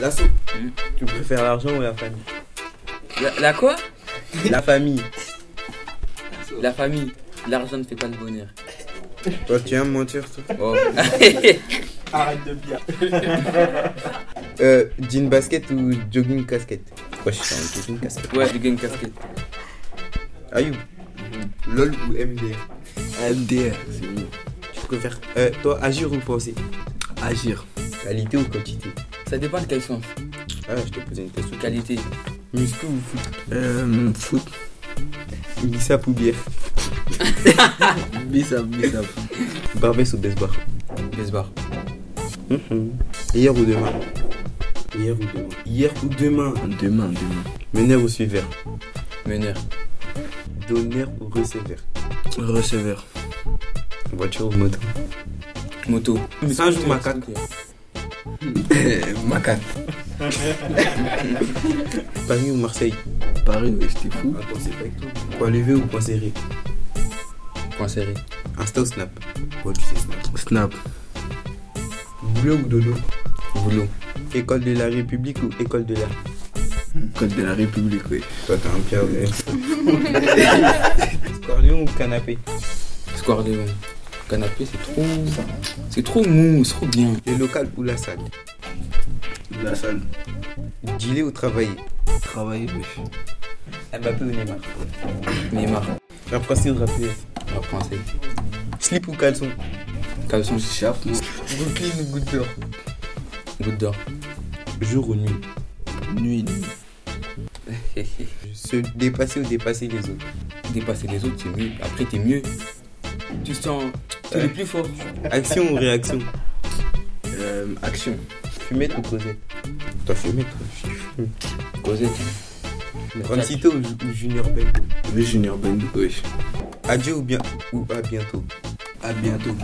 La so- Tu préfères l'argent ou la famille La, la quoi La famille. La famille. L'argent ne fait pas le bonheur. Toi, tu aimes mentir, toi Oh. Arrête de bien. Euh, jean basket ou jogging casquette Ouais, je suis en jogging casquette. ouais, du game casquette. Ayou, LOL ou MDR MDR, c'est mieux. Tu préfères, euh, toi, agir ou penser Agir. Qualité ou quantité Ça dépend de quel sens. Ah, je t'ai posé une question. Qualité. Muscu ou foot Euh, foot. Bissap ou bière Bissap, bissap. Barbès ou Besbar Baseball. Mhm. Hier ou demain Hier ou demain Hier ou demain Demain, demain. Meneur ou suiveur Meneur. Donneur ou receveur Receveur. Voiture ou moto Moto. Singe ou macaque Macaque. Paris ou Marseille Paris, ouais, j'étais fou. Attends, c'est pas tout. Point levé ou point serré Point serré. Insta ou Snap Ouais, tu sais Snap. Snap. Boulot ou dodo Boulot. École de la République ou école de l'air Code de la République, ouais. Toi, t'es un pire Scorpion ou canapé Square de canapé, c'est trop. C'est trop mou, c'est trop bien. Le local ou la salle La salle. Dealer ou travailler Travailler, wesh. Mbappé ou Neymar Neymar. Rapprocher ou rappeler La française. Slip ou caleçon Caleçon, Chape, moi. Brooklyn ou goutte d'or goutte d'or. Jour ou nuit Nuit, nuit. Se dépasser ou dépasser les autres Dépasser les autres, c'est mieux. Après, t'es mieux. Tu sens. Tu es Ouais. le plus fort. Action ou réaction Euh, action. Fumette ou cosette Toi, fumette, toi. Cosette. Rancito ou, ou Junior Ben Le Junior Bend, wesh. Adieu ou bien ou à bientôt À bientôt.